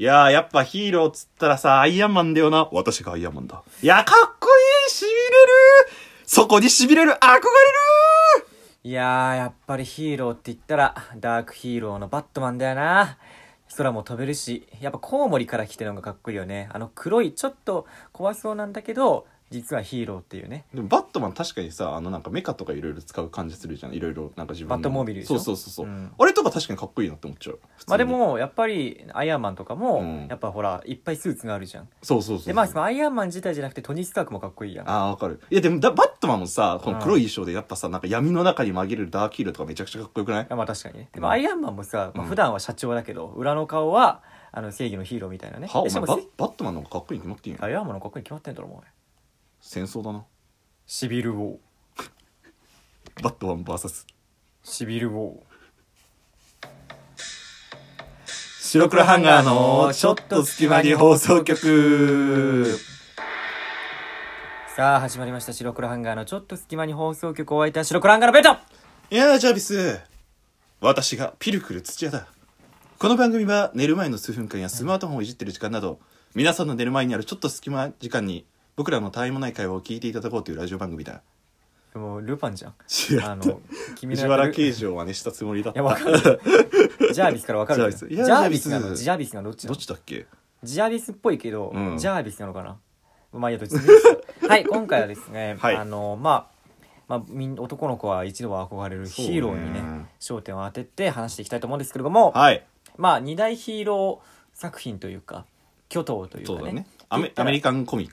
いやー、やっぱヒーローっつったらさ、アイアンマンだよな。私がアイアンマンだ。いや、かっこいい痺れるそこに痺れる憧れるいやー、やっぱりヒーローって言ったら、ダークヒーローのバットマンだよな。空も飛べるし、やっぱコウモリから来てるのがかっこいいよね。あの黒い、ちょっと怖そうなんだけど、実はヒーローっていうね。でもバットマン確かにさあのなんかメカとかいろいろ使う感じするじゃんいろいろなんか自分のバットモービルでしそょうそうそうそう、うんあれとか確かにかっこいいなって思っちゃう普通にまあでも、やっぱり、アイアンマンとかも、うんやっぱほら、いっぱいスーツがあるじゃん。そうそうそうで、まあそのアイアンマン自体じゃなくて、トニー・スタークもかっこいいやん。ああわかるいやでもだバットマンもさこの黒い衣装でやっぱさなんか闇の中に紛れるダーキールとかめちゃくちゃかっこよくないあまあ確かにね。でうもんアイアンマンもさ、まあ、うん普段は社長だけど、裏の顔は、あの、正義のヒーローみたいなね。はお前でしかバもバットマンの方がかっこいいに決まってんやんアイアンマンの格好に決まってんだろ、お前。戦争だなシビルウォー。バットマン VS シビルウォー。白黒ハンガーのちょっと隙間に放送局さあ、始まりました。白黒ハンガーのちょっと隙間に放送局をお相手は白黒ハンガーのベッドいやあジャービス私がピルクル土屋だこの番組は寝る前の数分間やスマートフォンをいじってる時間など皆さんの寝る前にあるちょっと隙間時間に僕らのたわいもない会話を聞いていただこうというラジオ番組だもう、ルパンじゃん。知ら あんとの、君藤やって原る刑事を真似したつもりだっいや、たわかる。ジャービスからわかるジャじゃーん。ビジスいやャービスなのジジャャービスなのどっちなどっのちだっけジャービスっぽいけど、うんジャービスなのかなまあいいやどっちでもい いですよはい今回はですね、はいあのまあまあ、みん男の子は一度は憧れるヒーローにねそうね焦点を当てて話していきたいと思うんですけれども、はいまあ二大ヒーロー作品というか巨頭というかそねうだねアメ言ったアらメリカンコミッ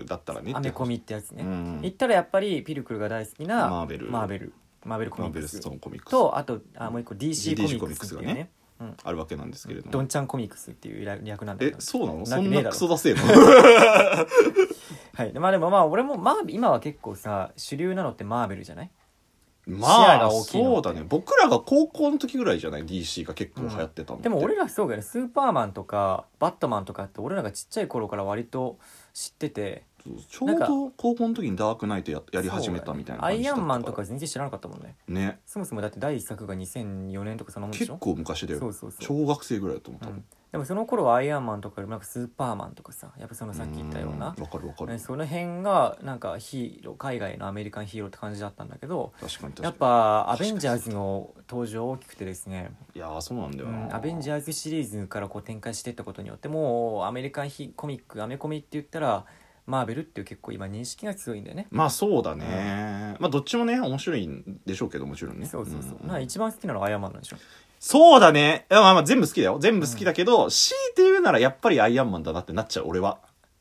クだったらねアメコミってやつね、うん言ったらやっぱりピルクルが大好きなマーベルマーベルマーベルコマミーベックルスストーンコミックスとあとあもう一個 DC コ DC ミックスっていうねうんあるわけなんですけれどドもンちゃんコミックスっていう略なんだけえどそうなのなそわけんねなえだろクソだせえのはい、まあでもまあ俺もまあ今は結構さ主流なのってマーベルじゃない視野まあが大きいのってそうだね僕らが高校の時ぐらいじゃない DC が結構流行ってたのって、でも俺らそうだよねスーパーマンとかバットマンとかって俺らがちっちゃい頃から割と知っててちょうど高校の時にダークナイトややり始めたみたいなそうだ感じよねだアったイアンマンとか全然知らなかったもんねねそもそもだって第一作が2004年とかそのもんでし結ょ構昔だよそうそうそう小学生ぐらいだと思った、うんでもその頃はアイアンマンとかよりもなんかスーパーマンとかさやっぱそのさっき言ったようなうんわかるわかる、ねその辺がなんかヒーロー海外のアメリカンヒーローって感じだったんだけど確かに確かにやっぱアベンジャーズの登場大きくてですねいやーそうなんだような、ん、アベンジャーャーズシリーズからこう展開していったことによってもうアメリカンヒコミックアメコミって言ったらマーベルっていう結構今認識が強いんだよねまあそうだね、まあどっちもね面白いんでしょうけどもちろんねそうそうそう、んなんか一番好きなのはアイアンマンなんでしょそうだねいやまあまあ全部好きだよ全部好きだけど、強いて言うならやっぱりアイアンマンだなってなっちゃう俺は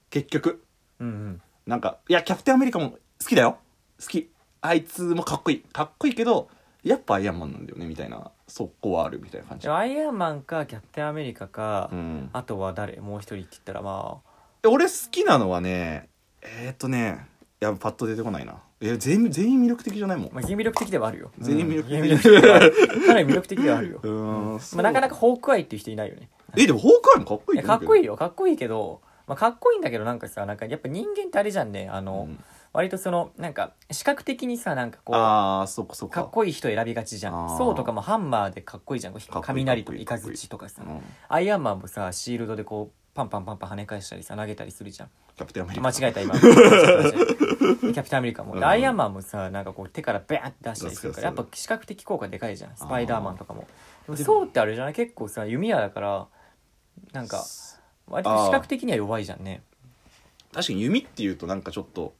結局うんうんなんか、いや、キャプテンアメリカも好きだよ。好き。あいつもかっこいい。かっこいいけど、やっぱアイアンマンなんだよね、みたいな。そこはあるみたいな感じで。アイアンマンかキャプテンアメリカか、うん。あとは誰もう一人って言ったらまあ俺好きなのはね、えー、っとね、いや、パッと出てこないな。え、全員、全員魅力的じゃないもん。まあ全員魅力的ではあるよ全員魅力的うん全員魅力ではあるかなり魅力的ではあるようーん、 そうまあ、なかなかホークアイっていう人いないよねえ、でも、ホークアイもかっこいいいやかっこいいよ。よかっこいいけど、まあ、かっこいいんだけどなんかさなんかやっぱ人間ってあれじゃんねあの、うん割とそのなんか視覚的にさなんかこうああ、そっかそっかか。っこいい人選びがちじゃあーんそうとかもハンマーでかっこいいじゃんこうかっこいい雷かとっこいいイカズチとかさうんアイアンマンもさシールドでこうパンパンパンパン跳ね返したりさ投げたりす るじゃんキャプテンアメリカ。間違え た今キャプテンアメリカも、でうんアイアンマンもさなんかこう手からバーンって出したりするから出すからやっそうぱ視覚的効果でかいじゃんスパイダーマンとかもでもでもそうってあれじゃない結構さ弓矢だからなんか割と視覚的には弱いじゃんね確かに弓っていうとなんかちょっと、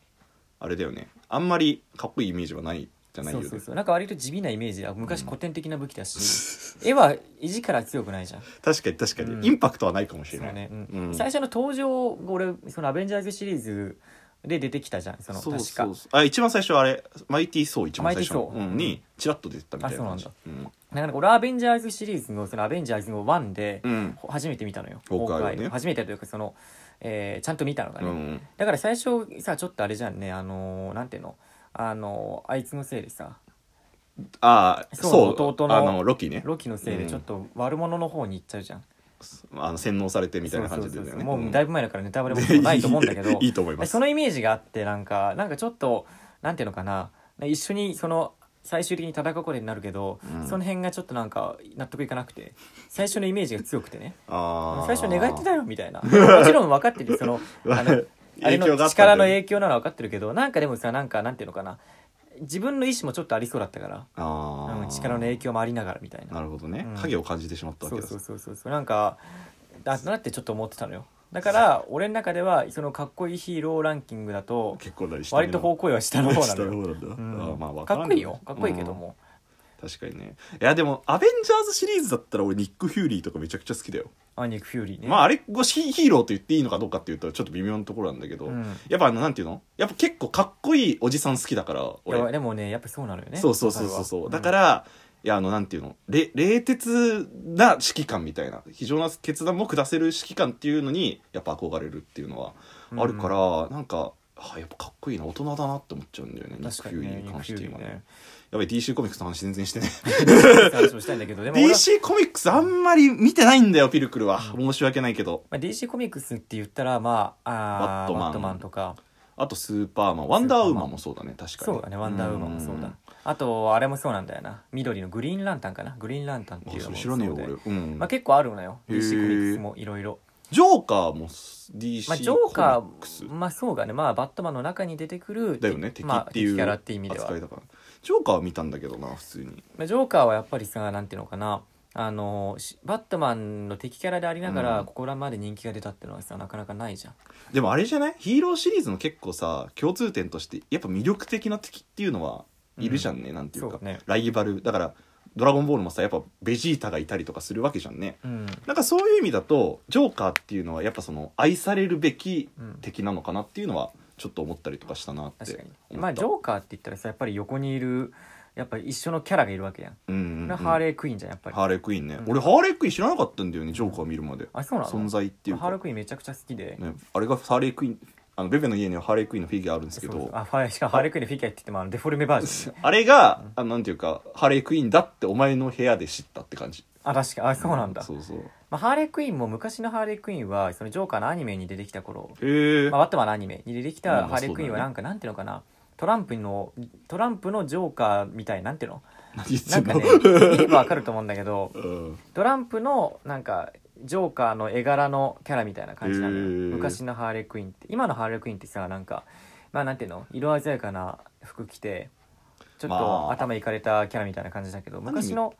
あれだよね。あんまりかっこいいイメージはないじゃないそようねそう。そうなんか割と地味なイメージだ昔古典的な武器 だし、絵は意地から強くないじゃん確かに確かに、うんインパクトはないかもしれそなうい、ね、ううんん、最初の登場俺そのアベンジャーズシリーズで出てきたじゃんそのそう確そかうそうあ一番最初はあれマイティー・ソー一番最初のマイティーソーうんにチラッと出てたみたいな感じあうんなんか俺アベンジャーズシリーズのそのアベンジャーズの1でうんほ初めて見たのよ、ホークアイをねホの初めてというかその、えーちゃんと見たのがうね、んだから最初さちょっとあれじゃんねあのーなんていうのあのーあいつのせいでさああそうそう弟のあのロキねロキのせいでちょっと悪者の方に行っちゃうじゃん、あの洗脳されてみたいな感じでそうだそうよそうねもうだいぶ前だからネタバレもうんないと思うんだけど いいと思いますそのイメージがあってなんかなんかちょっとなんていうのかななんか一緒にその最終的に戦うことになるけど、うんその辺がちょっとなんか納得いかなくて最初のイメージが強くてねあー最初願ってたよみ たいなもちろん分かってるよそのあのあれ影響があのった力んのだよ影響なのは分かってるけどなんかでもさなんかなんていうのかな自分の意思もちょっとありそうだったから、あうーん、力の影響もありながらみたいななるほどね、うん影を感じてしまったわそけうですそうそうそうそうなんかだなってちょっと思ってたのよだから俺の中ではそのかっこいいヒーローランキングだと結構なりして割と方向は下の 方なのよ、なんだ、うんあーまあわからんっこいいよかっこいいけども、うん確かにねいやでもアベンジャーズシリーズだったら俺ニック・フューリーとかめちゃくちゃ好きだよ、アニック・フューリーねまああれごしヒーローと言っていいのかどうかっていうとちょっと微妙なところなんだけど、うんやっぱあのなんていうのやっぱ結構かっこいいおじさん好きだからいや俺でもねやっぱそうなのよね、そうそうそうそうそうだからら、いやあのなんていうのれ冷徹な指揮官みたいな非常な決断も下せる指揮官っていうのにやっぱ憧れるっていうのはあるから、なんかあやっぱかっこいいな大人だなって思っちゃうんだよねニック・確かフュにーリねーに関してニッ今クフューリーねねやべ DC コミックスの話全然してね話もしたいんだけどでも俺は DC コミックスあんまり見てないんだよピルクルは、申し訳ないけどまあ、DC コミックスって言ったらまあバッあートマンバットマンとかあとスーパーマンワンダーウーマンもそうだね確かにそうだねワンダーウーマンもそうだんあとあれもそうなんだよな緑のグリーンランタンかなグリーンランタンってあいうのそもれ知らねえよそうで俺、うんまあ、結構あるのよへー DC コミックスもいろいろジョーカーも DC コまあミジョーカックスーまあそうがねまあバットマンの中に出てくるだよね敵まあっていう敵キャラって意味では扱いだからジョーカーは見たんだけどな普通にまあジョーカーはやっぱりさなんていうのかなあのしバットマンの敵キャラでありながら、うんここらまで人気が出たってのはさなかなかないじゃんでもあれじゃないヒーローシリーズの結構さ共通点としてやっぱ魅力的な敵っていうのはいるじゃんね、なんていうそかうだねライバルだから「ドラゴンボール」もさやっぱベジータがいたりとかするわけじゃんねうんなんかそういう意味だとジョーカーっていうのはやっぱその愛されるべき敵なのかなっていうのはちょっと思ったりとかしたなって確かに思まあっジたョーカーって言ったらさやっぱり横にいるやっぱり一緒のキャラがいるわけやん、こうんうんうんれはハーレークイーンじゃんやっぱりハーレークイーンね、うん俺ハーレークイーン知らなかったんだよねジョーカー見るまで、あそうなの存在っていうかハーレークイーンめちゃくちゃ好きで、ね、あれがハーレークイーンあのベベの家にはハーレークイーンのフィギュアあるんですけそうどそうあファイしかもハーレークイーンのフィギュアって言ってもあのデフォルメバージョンねあれが、あのなんていうかハーレークイーンだってお前の部屋で知ったって感じあ確かあそうなんだ、そうそうまあ、ハーレークイーンも昔のハーレークイーンはそのジョーカーのアニメに出てきた頃へえ、まあ、バットマンのアニメに出てきうたんハーレークイーンそうだよはねなんかなんていうのかなトランプのトランプのジョーカーみたいなんていうの何言ってなんんかのね見ればわかると思うんだけ どうんトランプのなんかジョーカーの絵柄のキャラみたいな感じなのよへー昔のハーレークイーンって今のハーレークイーンってさなんかまあなんていうの色鮮やかな服着てちょっまあと頭いかれたキャラみたいな感じだけど昔の、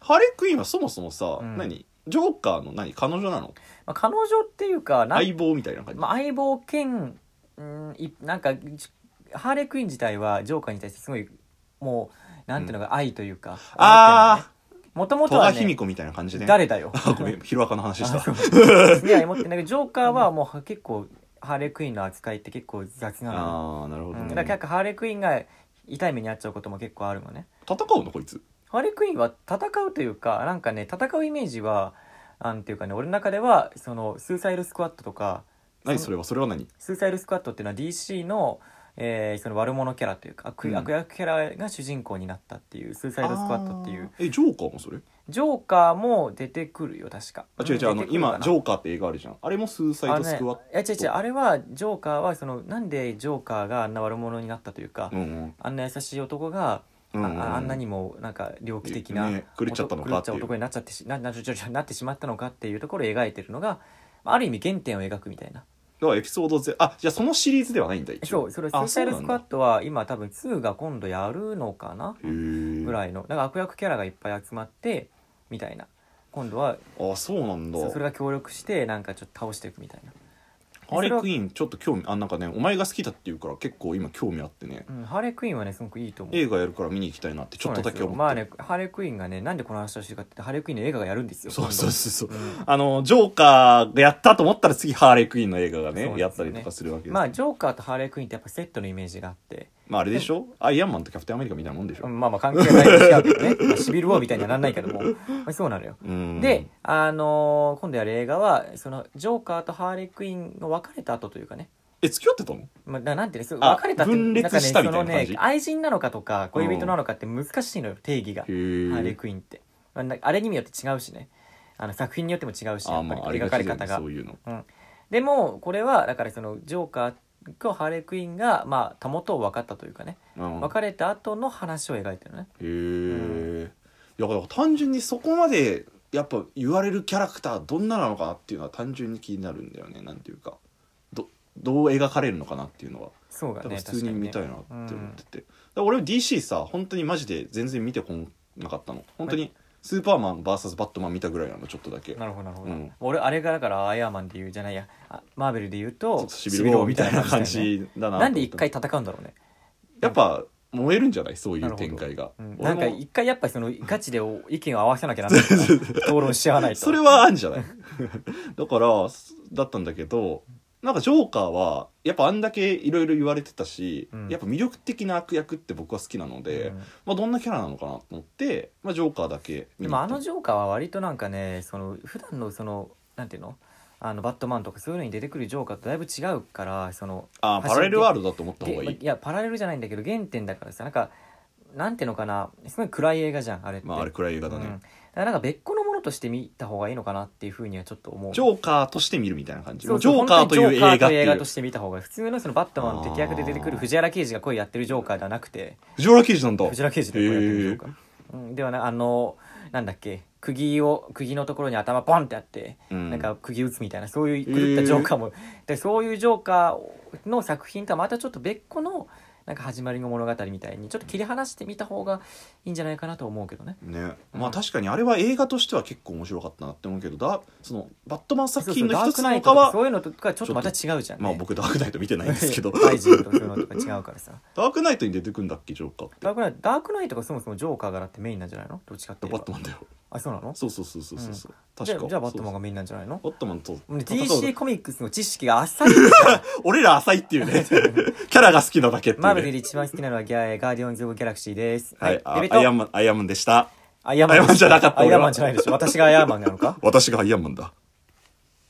ハーレークイーンはそもそもさ、うん何ジョーカーの何彼女なのまあ、彼女っていうかなん相棒みたいな感じ、まあ、相棒兼うんいなんかじハーレークイーン自体はジョーカーに対してすごいもうなんていうのか愛というか、あもともあ戸とは、田卑弥ね、子みたいな感じで、誰だよ あごめんヒロアカの話したあ そういや思ってんだけどジョーカーはもう結構ハーレークイーンの扱いって結構雑なの、ああなるほうど、ん、ねだから結構ハーレークイーンが痛い目に遭っちゃうことも結構あるのね戦うのこいつハーレークイーンは戦うというかなんかね戦うイメージはなんていうかね俺の中ではそのスーサイドスクワットとか何そのそれはそれは何スーサイドスクワットっていうのは DC の,、えーその悪者キャラというか悪,、うん悪役キャラが主人公になったっていうスーサイドスクワットっていうあーえジョーカーもそれジョーカーも出てくるよ確かあ違う違うあの今ジーョーカーって映画あるじゃんあれもスーサイドスクワッいや違う違うあれはジョーカーはそのなんでジョーカーがあんな悪者になったというか、トうんあんな優しい男が、うんあああんなにもなんか猟奇的な、ね狂っちゃったのかっ男狂ってちいゃう男になっちゃってしななななってしまったのかっていうところを描いてるのがまあある意味原点を描くみたいなだからエピソードゼあじゃあそのシリーズではないんだ一そ応うそれスあペシャルスクワッそトは今多分2が今度やるのかなうなんぐだへらいのだから悪役キャラがいっぱい集まってみたいな今度はえあそうなんだそそれが協力してなんかちょっと倒していくみたいな、ハーレークイーンちょっと興味あなんかねお前が好きだって言うから結構今興味あってねうん、ハーレークイーンはねすごくいいと思う映画やるから見に行きたいなってちょっとだけ思そうなっんてですよまあねハーレークイーンがねなんでこの話をしてるかってハーレークイーンの映画がやるんですよそうそう今そうそう度うんあのジョーカーがやったと思ったら次ハーレークイーンの映画がそうねですよねやったりとかするわけですまあジョーカーとハーレークイーンってやっぱセットのイメージがあって、まああれでしょアイアンマンとキャプテンアメリカみたいなもんでしうょんまあまあ関係ない違うけどね、 まあ、シビルウォーみたいにはなんないけども、まあ、そうなのようんで、あのー今度やる映画はそのジョーカーとハーレークイーンが別れた後というかね、え付き合ってたのまあ、ななんていうのそうあ別れたって分裂なんかねしたみそたいのな感じね愛人なのかとか恋人なのかって難しいのよ、定義がへハえーレークイーンって、まあな、あれにもよって違うしねあの作品によっても違うしやあっまぱあありれ描がかれちだよ方ねがそういうのでもこれはだからそのジョーカーとハーレークイーンがまあたもとを分かったというかね、うん別れた後の話を描いてるのねへえ、いやだから単純にそこまでやっぱ言われるキャラクターどんななのかなっていうのは単純に気になるんだよねなんていうかどどう描かれるのかなっていうのはそうだだかねら普通に見たいなって確か思っにねてうんて、だから俺も DC さ本当にマジで全然見てこなかったの本当にスーパーマン VS バットマン見たぐらいなのちょっとだけなるほどなるほど、うん俺あれがだからアイアンマンで言うじゃないやあマーベルで言うちょっととシビル王みたいな感シビル王みじだたいなななんで一回戦うんだろうねやっぱ燃えるんじゃないそういう展開が、うん俺なんもか一回やっぱそのガチでお意見を合わせなき ゃならないから討論し合わないとそれはあんじゃない だからすだったんだけどなんかジョーカーはやっぱあんだけいろいろ言われてたし、うんやっぱ魅力的な悪役って僕は好きなので、うんまあ、どんなキャラなのかなと思って、まあ、ジョーカーだけ見にで行もったあのジョーカーは割となんかねその普段のそのなんていうのあのバットマンとかそういうのに出てくるジョーカーとだいぶ違うからそのあーパラレルワールドだと思った方がいげいいやパラレルじゃないんだけど原点だからさなんかなんていうのかなすごい暗い映画じゃんあれって、まああれくらい映画だうん、ねだ、からなんか別個のものとして見た方がいいのかなっていうふうにはちょっと思うジョーカーとして見るみたいな感じそうそうジョーカーという映画って本当にジョーカーといいう映う画として見た方が普通のそのバットマンの敵役で出てくる藤原刑事が声やってるジョーカーではなくて藤原刑事なんだ藤原刑事の声やってるジョーカー、うん、ではなあのなんだっけ釘を釘のところに頭ポンってあって、うんなんか釘打つみたいなそういう狂ったジョーカーも、でそういうジョーカーの作品とはまたちょっと別個のなんか始まりの物語みたいにちょっと切り離してみた方がいいんじゃないかなと思うけどねねまあ確かにあれは映画としては結構面白かったなって思うけどだそのバットマン作品の一つなのかそうそうダークナイトとかそはういうのとかちょっとまた違うじゃん、ね、まあ僕ダークナイト見てないんですけど怪人とかそういうのとか違うからさ ダークナイトに出てくんだっけジョーカーってダークナイトダークナイトがそもそもジョーカーがだってメインなんじゃないのどっちかってバ言えッばトマンだよあそうなのそうそうそうそうそうそう、じゃ確かあじゃあバットマンがそうメインなんじゃないのそうバットマンとね戦う DC コミックスの知識が浅 いから俺ら浅いっていう ねキャラが好きなだけっていう、ね、マーベルで一番好きなのはギャガーディオンズ・オブ・ギャラクシーですはい、あデビッアイアドンマンアイアンマンでしたアイアアイアンマンじゃなかったア俺イはアンマンじゃないでしょ私がアイアンマンなのか私がアイアンマンだ